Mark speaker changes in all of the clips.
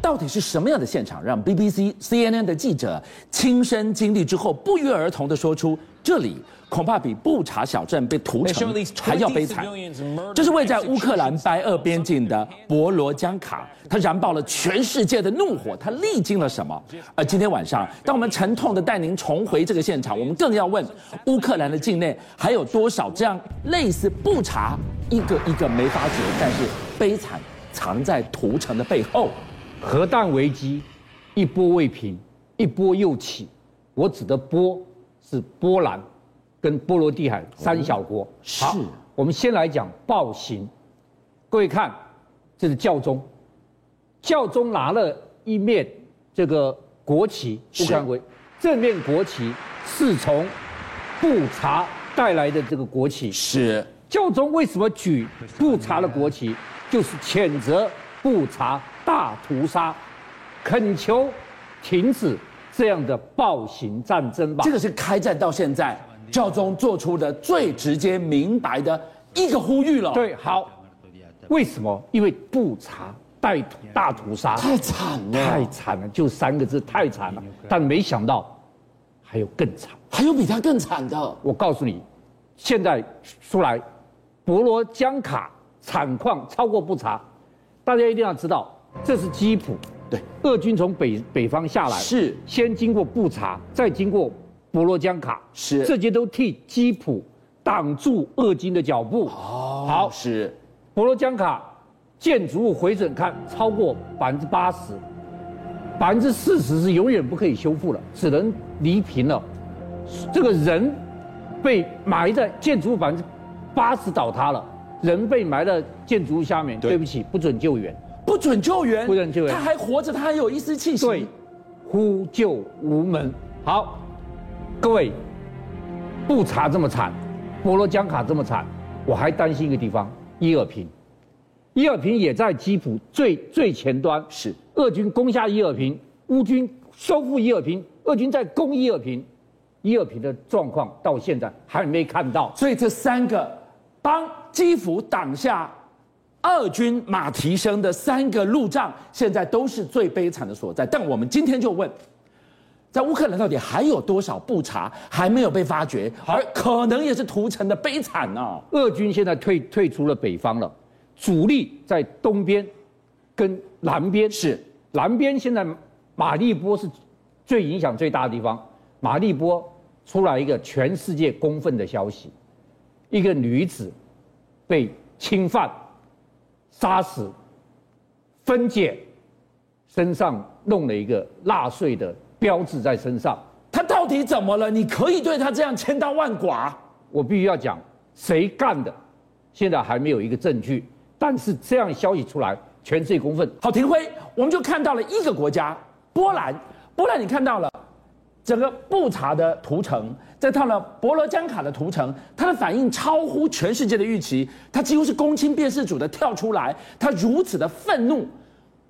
Speaker 1: 到底是什么样的现场让 BBC、CNN 的记者亲身经历之后，不约而同地说出这里恐怕比布查小镇被屠城还要悲惨？这是位在乌克兰白俄边境的博罗江卡，它燃爆了全世界的怒火，它历经了什么？而今天晚上，当我们沉痛地带您重回这个现场，我们更要问：乌克兰的境内还有多少这样类似布查一个一个没发觉，但是悲惨藏在屠城的背后？
Speaker 2: 核弹危机一波未平，一波又起。我指的波是波兰跟波罗的海三小国。
Speaker 1: 哦是
Speaker 2: 好，我们先来讲暴行。各位看，这是教宗，教宗拿了一面这个国旗，
Speaker 1: 是
Speaker 2: 乌克兰国旗，这面国旗是从布查带来的这个国旗。
Speaker 1: 是
Speaker 2: 教宗为什么举布查的国旗，就是谴责布查大屠杀，恳求停止这样的暴行战争吧
Speaker 1: 这。个是开战到现在教宗做出的最直接明白的一个呼吁了。，
Speaker 2: 对，好，为什么？因为布查带土大屠杀
Speaker 1: 太惨了，
Speaker 2: 太惨了，就三个字，太惨了。但没想到还有更惨。
Speaker 1: 还有比他更惨的。
Speaker 2: 我告诉你，现在出来，博罗江卡产矿超过布查，大家一定要知道，这是基辅。
Speaker 1: 对，
Speaker 2: 俄军从北北方下来，
Speaker 1: 是
Speaker 2: 先经过布查，再经过博罗江卡，
Speaker 1: 是
Speaker 2: 这些都替基辅挡住俄军的脚步。
Speaker 1: 哦
Speaker 2: 好
Speaker 1: 是
Speaker 2: 博罗江卡建筑物回整看超过百分之八十，百分之四十是永远不可以修复了，只能犁平了。这个人被埋在建筑物百分之八十倒塌了，人被埋在建筑物下面，
Speaker 1: 对
Speaker 2: 对不起，不准救援。
Speaker 1: 不准救援，
Speaker 2: 不准救援
Speaker 1: 他还活着，他还有一丝气息。
Speaker 2: 对，呼救无门。好，各位，布查这么惨，波罗江卡这么惨，我还担心一个地方，伊尔平。伊尔平也在基辅最最前端，
Speaker 1: 是
Speaker 2: 俄军攻下伊尔平，乌军收复伊尔平，俄军在攻伊尔平，伊尔平的状况到现在还没看到。
Speaker 1: 所以这三个帮基辅挡下俄军马蹄声的三个路障，现在都是最悲惨的所在。但我们今天就问，在乌克兰到底还有多少布查还没有被发掘，而可能也是屠城的悲惨啊呢、
Speaker 2: 俄军现在退退出了北方了，主力在东边跟南边。
Speaker 1: 是
Speaker 2: 南边现在马利波是最影响最大的地方。马利波出来一个全世界公愤的消息，一个女子被侵犯、杀死、分解，身上弄了一个纳粹的标志在身上。
Speaker 1: 他到底怎么了？你可以对他这样千刀万剐？
Speaker 2: 我必须要讲谁干的，现在还没有一个证据。但是这样消息出来，全世界公愤。
Speaker 1: 好，廷辉，我们就看到了一个国家，波兰。波兰，你看到了整个布查的屠城，再看了博罗江卡的屠城，它的反应超乎全世界的预期，它几乎是公亲辨识组的跳出来，它如此的愤怒，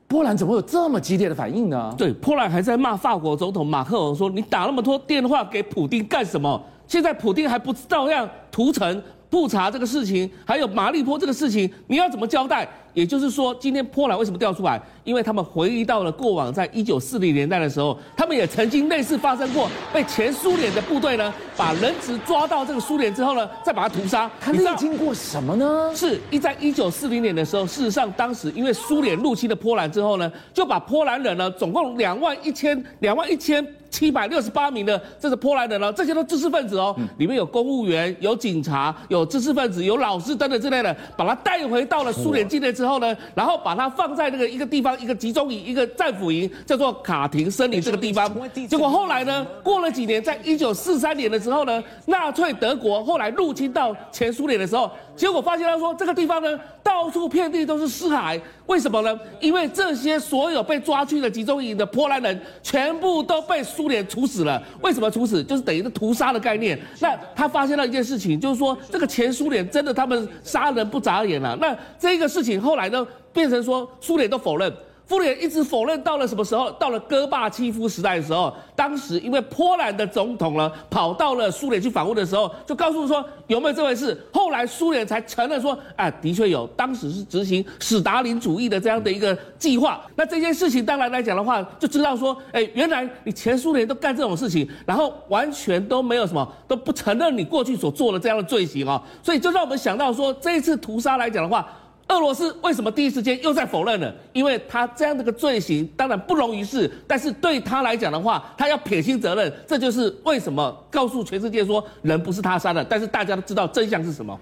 Speaker 1: 波兰怎么有这么激烈的反应呢？
Speaker 3: 对，波兰还在骂法国总统马克龙说：“你打那么多电话给普丁干什么？现在普丁还不知道让屠城、布查这个事情，还有马利坡这个事情，你要怎么交代？”也就是说，今天波兰为什么掉出来？因为他们回忆到了过往，在一九四零年代的时候，他们也曾经类似发生过被前苏联的部队呢，把人质抓到这个苏联之后呢，再把他屠杀。
Speaker 1: 他
Speaker 3: 你
Speaker 1: 历
Speaker 3: 知道
Speaker 1: 经过什么呢？
Speaker 3: 是一在一九四零年的时候，事实上当时因为苏联入侵了波兰之后呢，就把波兰人呢，总共两万一千两万一千七百六十八名的这是波兰人呢，这些都知识分子哦，里面有公务员、有警察、有知识分子、有老师等等之类的，把他带回到了苏联境内之后呢，然后把他放在那个一个地方一个集中营一个战俘营，叫做卡廷森林这个地方。结果后来呢，过了几年，在一九四三年的时候呢，纳粹德国后来入侵到前苏联的时候，结果发现他说这个地方呢，到处遍地都是尸骸，为什么呢？因为这些所有被抓去的集中营的波兰人，全部都被苏联处死了。为什么处死？就是等于是屠杀的概念。那他发现到一件事情，就是说这个前苏联真的啊他们杀人不眨眼了、那这个事情后来呢，变成说苏联都否认。苏联一直否认到了什么时候？到了戈巴契夫时代的时候，当时因为波兰的总统呢跑到了苏联去访问的时候，就告诉说有没有这回事。后来苏联才承认说，啊，的确有，当时是执行史达林主义的这样的一个计划。那这件事情当然来讲的话，就知道说，哎，原来你前苏联都干这种事情，然后完全都没有什么都不承认你过去所做的这样的罪行啊、哦。所以就让我们想到说，这一次屠杀来讲的话。俄罗斯为什么第一时间又在否认呢？因为他这样的一个罪行当然不容于世，但是对他来讲的话，他要撇清责任，这就是为什么告诉全世界说人不是他杀的，但是大家都知道真相是什么。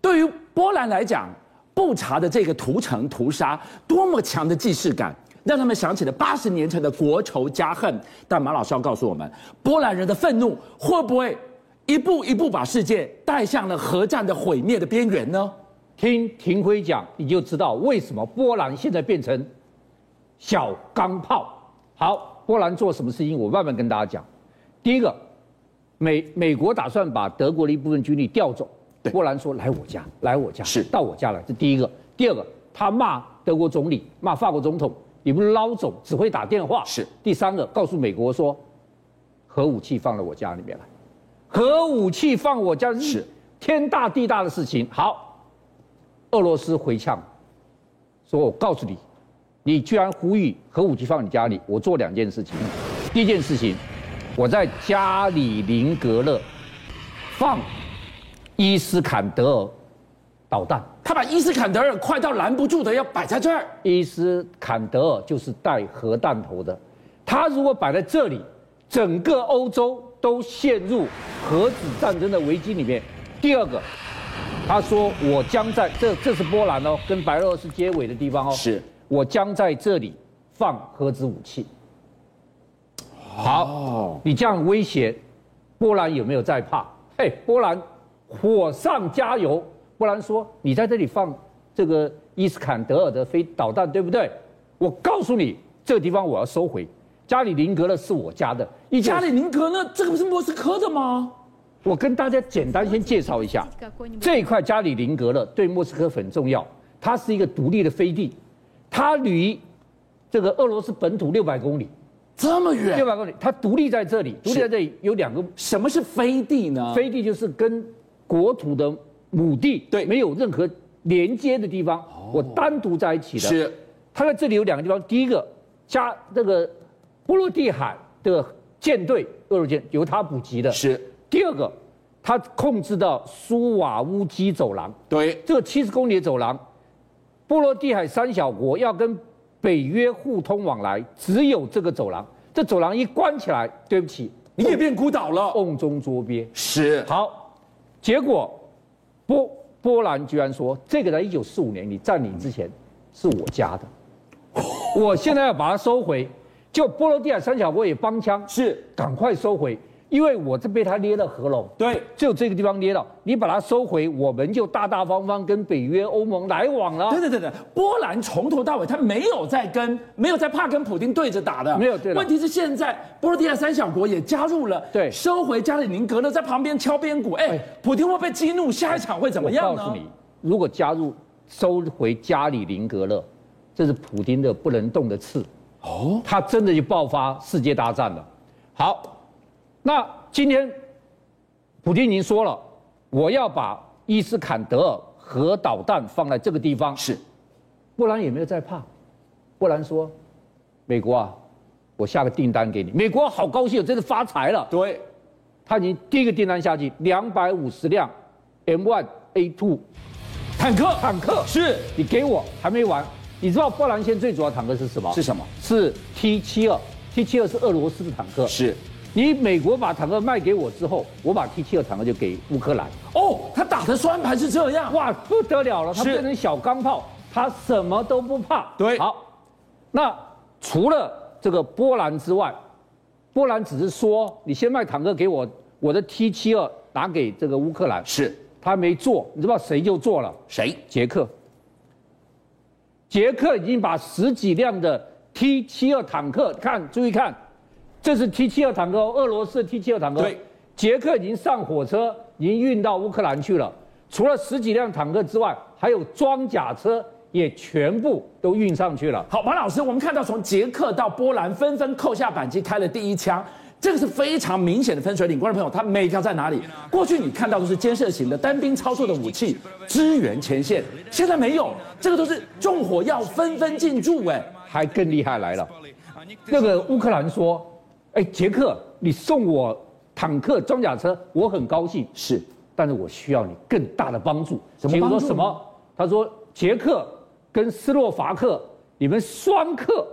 Speaker 1: 对于波兰来讲，布查的这个屠城屠杀多么强的既视感，让他们想起了八十年前的国仇家恨。但马老师要告诉我们，波兰人的愤怒会不会一步一步把世界带向了核战的毁灭的边缘呢？
Speaker 2: 听廷辉讲，你就知道为什么波兰现在变成小钢炮。好，波兰做什么事情，我慢慢跟大家讲。第一个，美美国打算把德国的一部分军力调走，
Speaker 1: 对
Speaker 2: 波兰说来我家，来我家，
Speaker 1: 是
Speaker 2: 到我家来，这第一个。第二个，他骂德国总理，骂法国总统，你们老总只会打电话。
Speaker 1: 是
Speaker 2: 第三个，告诉美国说，核武器放到我家里面来，核武器放我家
Speaker 1: 是
Speaker 2: 天大地大的事情。好。俄罗斯回呛，说：“我告诉你，你居然呼吁核武器放你家里，我做两件事情。第一件事情，我在加里宁格勒放伊斯坎德尔导弹。
Speaker 1: 他把伊斯坎德尔快到拦不住的要摆在这儿，
Speaker 2: 伊斯坎德尔就是带核弹头的，它如果摆在这里，整个欧洲都陷入核子战争的危机里面。第二个，他说我将在这这是波兰哦，跟白俄罗斯接轨的地方哦，
Speaker 1: 是
Speaker 2: 我将在这里放核子武器。好，你这样威胁，波兰有没有在怕？嘿，波兰火上加油。波兰说：“你在这里放这个伊斯坎德尔的飞导弹，对不对？我告诉你，这个地方我要收回。加里宁格勒是我家的，一
Speaker 1: 加
Speaker 2: 家里
Speaker 1: 里宁格勒这个不是莫斯科的吗？
Speaker 2: 我跟大家简单先介绍一下，这一块加里宁格勒对莫斯科很重要，它是一个独立的飞地，它离这个俄罗斯本土六百公里，
Speaker 1: 这么
Speaker 2: 六
Speaker 1: 远，
Speaker 2: 百公里，它独立在这里，独立在这里有两个
Speaker 1: 什么是飞地呢？
Speaker 2: 飞地就是跟国土的母地
Speaker 1: 对哦
Speaker 2: 没有任何连接的地方，我单独在一起的。
Speaker 1: 是
Speaker 2: 它在这里有两个地方，第一个加这个波罗的海的舰队，俄罗斯舰由它补给的；
Speaker 1: 是，
Speaker 2: 第二个，它控制到苏瓦乌基走廊，
Speaker 1: 对，
Speaker 2: 这个七十公里的走廊，波罗的海三小国要跟北约互通往来，只有这个走廊。这走廊一关起来，对不起，
Speaker 1: 你也变孤岛了，
Speaker 2: 瓮中捉鳖。
Speaker 1: 是
Speaker 2: 好，结果波波兰居然说，这个在一九四五年你占领之前是我家的，我现在要把它收回。就波罗的海三小国也帮腔，
Speaker 1: 是，
Speaker 2: 赶快收回，因为我这被他捏了合拢，
Speaker 1: 对，
Speaker 2: 只有这个地方捏了，你把它收回，我们就大大方方跟北约、欧盟来往了。
Speaker 1: 等等等等，波兰从头到尾他没有在跟没有在怕跟普京对着打的，
Speaker 2: 没有对了
Speaker 1: 问题是现在波罗的海三小国也加入了，
Speaker 2: 对
Speaker 1: 收回加里宁格勒，在旁边敲边鼓，哎
Speaker 2: 哎，
Speaker 1: 普京会被激怒，下一场会怎么样
Speaker 2: 我
Speaker 1: 呢？
Speaker 2: 告诉你，如果加入收回加里宁格勒，这是普京的不能动的刺。哦，他真的就爆发世界大战了。好，那今天普京已经说了，我要把伊斯坎德尔核导弹放在这个地方。
Speaker 1: 是，
Speaker 2: 波兰也没有在怕。波兰说，美国啊，我下个订单给你。美国好高兴，真的发财了。
Speaker 1: 对，
Speaker 2: 他已经第一个订单下去，两百五十辆 M1 A2
Speaker 1: 坦克
Speaker 2: 坦克
Speaker 1: 是
Speaker 2: 你给我还没完，你知道波兰现在最主要坦克是什么？
Speaker 1: 是什么？
Speaker 2: 是 T 7 2 T 7 2是俄罗斯的坦克。
Speaker 1: 是，
Speaker 2: 你美国把坦克卖给我之后，我把 T 7 2坦克就给乌克兰，
Speaker 1: 哦，他打的算盘是这样，
Speaker 2: 哇，不得了了，它
Speaker 1: 是
Speaker 2: 变成小钢炮，它什么都不怕。
Speaker 1: 对
Speaker 2: 好，那除了这个波兰之外，波兰只是说你先卖坦克给我，我的 T 7 2拿给这个乌克兰，
Speaker 1: 是
Speaker 2: 他没做，你知道谁就做了？
Speaker 1: 谁？
Speaker 2: 捷克，捷克已经把十几辆的 T 7 2坦克，看，注意看，这是 T 7 2坦克哦，俄罗斯的 T 7 2坦克。
Speaker 1: 对，
Speaker 2: 捷克已经上火车，已经运到乌克兰去了。除了十几辆坦克之外，还有装甲车也全部都运上去了。
Speaker 1: 好，马老师，我们看到从捷克到波兰纷纷扣下扳机，开了第一枪。这个是非常明显的分水岭，观众朋友，它美调在哪里？过去你看到都是监射型的单兵操作的武器，支援前线，现在没有，这个都是重火药纷纷进驻，哎，
Speaker 2: 还更厉害来了，那个乌克兰说：“哎，捷克，你送我坦克、装甲车，我很高兴，
Speaker 1: 是
Speaker 2: 但是我需要你更大的帮助。”
Speaker 1: 什么帮助
Speaker 2: 结果说什么？他说：“捷克跟斯洛伐克，你们双克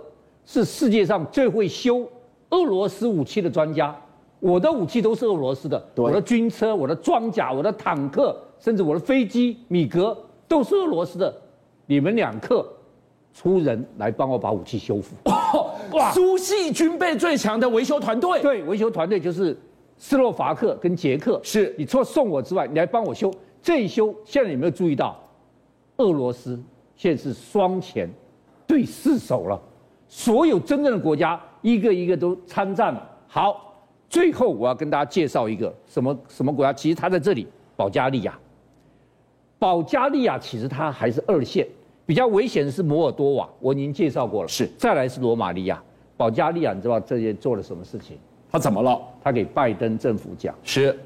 Speaker 2: 是世界上最会修俄罗斯武器的专家。我的武器都是俄罗斯的，
Speaker 1: 对
Speaker 2: 我的军车、我的装甲、我的坦克，甚至我的飞机、米格都是俄罗斯的。你们两克出人来帮我把武器修复。”哇
Speaker 1: 哦苏系军备最强的维修团队，
Speaker 2: 对，维修团队就是斯洛伐克跟捷克。
Speaker 1: 是
Speaker 2: 你除了送我之外，你还帮我修。这一修，现在有没有注意到？俄罗斯现在是双前对四手了，所有真正的国家一个一个都参战了。好，最后我要跟大家介绍一个什么什么国家，其实它在这里，保加利亚。保加利亚其实它还是二线，比较危险的是摩尔多瓦，我已经介绍过了。
Speaker 1: 是
Speaker 2: 再来是罗马尼亚。保加利亚，你知道这些做了什么事情？
Speaker 1: 他怎么了？
Speaker 2: 他给拜登政府讲，
Speaker 1: 是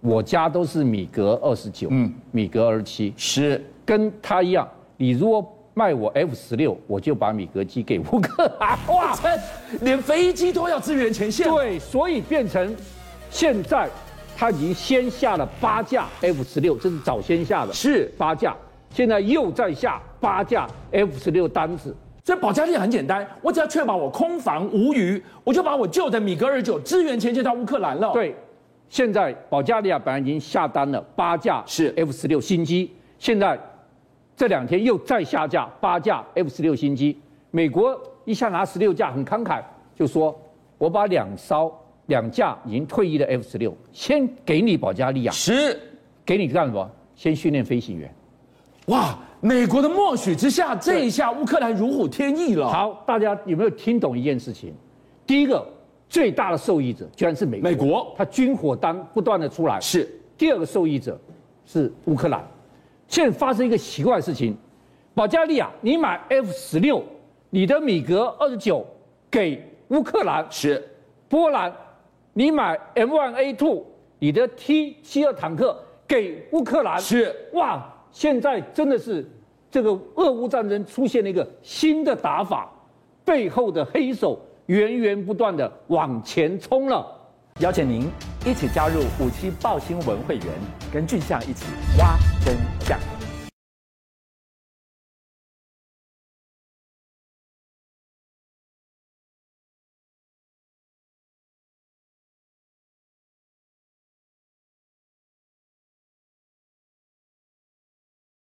Speaker 2: 我家都是米格二十九，
Speaker 1: 嗯
Speaker 2: 米格二十七，
Speaker 1: 是，
Speaker 2: 跟他一样，你如果卖我 F 十六，我就把米格机给乌克兰。
Speaker 1: 哇，啊连飞机都要支援前线，
Speaker 2: 对，所以变成现在他已经先下了八架 F 十六，这是早先下的，
Speaker 1: 是
Speaker 2: 八架，现在又在下八架 F 十六单子。
Speaker 1: 所以保加利亚很简单，我只要确保我空防无虞，我就把我旧的米格二九支援前线到乌克兰了。，
Speaker 2: 对，现在保加利亚本来已经下单了八架
Speaker 1: 是
Speaker 2: F 十六新机，现在这两天又再下架八架 F 十六新机。美国一下拿十六架，很慷慨，就说我把两艘两架已经退役的 F 十六先给你保加利亚，
Speaker 1: 是
Speaker 2: 给你干什么？先训练飞行员。
Speaker 1: 哇，美国的默许之下，这一下乌克兰如虎添翼了。
Speaker 2: 好，大家有没有听懂一件事情？第一个最大的受益者居然是美国，
Speaker 1: 美国
Speaker 2: 它军火单不断的出来，
Speaker 1: 是
Speaker 2: 第二个受益者是乌克兰。现在发生一个奇怪的事情，保加利亚，你买 F 十六，你的米格二十九给乌克兰；
Speaker 1: 是
Speaker 2: 波兰，你买 M1A two，你的 T 七二坦克给乌克兰。
Speaker 1: 是
Speaker 2: 哇，现在真的是这个俄乌战争出现了一个新的打法，背后的黑手源源不断的往前冲了。
Speaker 4: 邀请您一起加入五七报新闻会员，跟俊相一起挖真相。